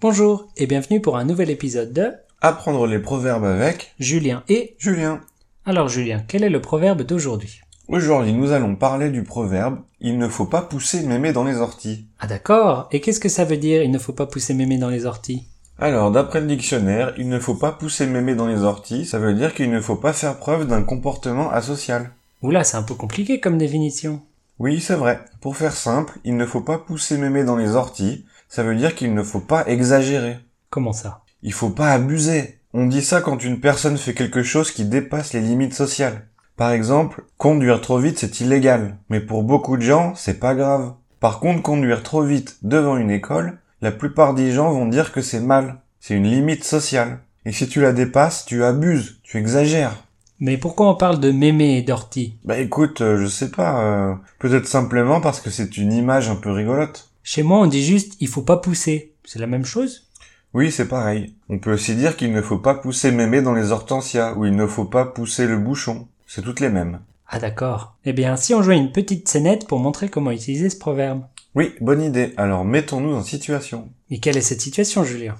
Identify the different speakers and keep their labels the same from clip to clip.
Speaker 1: Bonjour et bienvenue pour un nouvel épisode de
Speaker 2: Apprendre les proverbes avec
Speaker 1: Julien et...
Speaker 2: Julien.
Speaker 1: Alors Julien, quel est le proverbe d'aujourd'hui
Speaker 2: Aujourd'hui, nous allons parler du proverbe Il ne faut pas pousser mémé dans les orties.
Speaker 1: Ah d'accord, et qu'est-ce que ça veut dire il ne faut pas pousser mémé dans les orties
Speaker 2: Alors, d'après le dictionnaire, il ne faut pas pousser mémé dans les orties, ça veut dire qu'il ne faut pas faire preuve d'un comportement asocial.
Speaker 1: Oula, c'est un peu compliqué comme définition.
Speaker 2: Oui, c'est vrai. Pour faire simple, il ne faut pas pousser mémé dans les orties, ça veut dire qu'il ne faut pas exagérer.
Speaker 1: Comment ça
Speaker 2: Il faut pas abuser. On dit ça quand une personne fait quelque chose qui dépasse les limites sociales. Par exemple, conduire trop vite c'est illégal, mais pour beaucoup de gens, c'est pas grave. Par contre, conduire trop vite devant une école, la plupart des gens vont dire que c'est mal. C'est une limite sociale. Et si tu la dépasses, tu abuses, tu exagères.
Speaker 1: Mais pourquoi on parle de mémé et d'ortie
Speaker 2: Bah écoute, euh, je sais pas, euh, peut-être simplement parce que c'est une image un peu rigolote.
Speaker 1: Chez moi on dit juste il faut pas pousser. C'est la même chose
Speaker 2: Oui, c'est pareil. On peut aussi dire qu'il ne faut pas pousser mémé dans les hortensias, ou il ne faut pas pousser le bouchon. C'est toutes les mêmes.
Speaker 1: Ah d'accord. Eh bien si on jouait une petite scénette pour montrer comment utiliser ce proverbe.
Speaker 2: Oui, bonne idée. Alors mettons-nous en situation.
Speaker 1: Mais quelle est cette situation Julien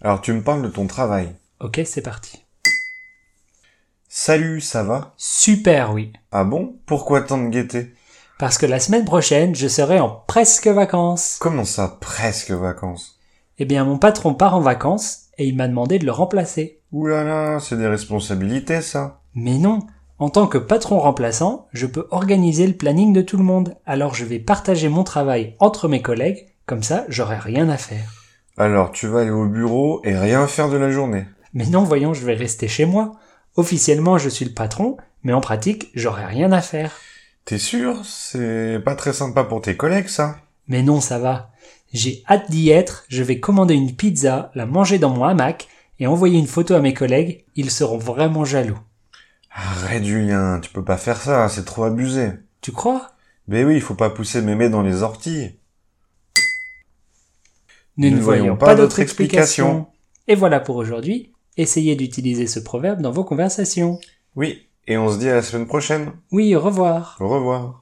Speaker 2: Alors tu me parles de ton travail.
Speaker 1: Ok, c'est parti.
Speaker 2: Salut, ça va
Speaker 1: Super oui.
Speaker 2: Ah bon Pourquoi tant de gaieté
Speaker 1: Parce que la semaine prochaine je serai en presque vacances.
Speaker 2: Comment ça, presque vacances
Speaker 1: Eh bien, mon patron part en vacances et il m'a demandé de le remplacer.
Speaker 2: Ouh là là, c'est des responsabilités ça.
Speaker 1: Mais non, en tant que patron remplaçant, je peux organiser le planning de tout le monde. Alors je vais partager mon travail entre mes collègues, comme ça j'aurai rien à faire.
Speaker 2: Alors tu vas aller au bureau et rien faire de la journée.
Speaker 1: Mais non, voyons, je vais rester chez moi. Officiellement, je suis le patron, mais en pratique, j'aurai rien à faire.
Speaker 2: T'es sûr C'est pas très sympa pour tes collègues ça.
Speaker 1: Mais non, ça va. J'ai hâte d'y être, je vais commander une pizza, la manger dans mon hamac et envoyer une photo à mes collègues, ils seront vraiment jaloux.
Speaker 2: Arrête Julien, tu peux pas faire ça, c'est trop abusé.
Speaker 1: Tu crois
Speaker 2: Mais oui, il faut pas pousser mémé dans les orties.
Speaker 1: Nous ne voyons pas d'autre explication. Et voilà pour aujourd'hui. Essayez d'utiliser ce proverbe dans vos conversations.
Speaker 2: Oui, et on se dit à la semaine prochaine.
Speaker 1: Oui, au revoir.
Speaker 2: Au revoir.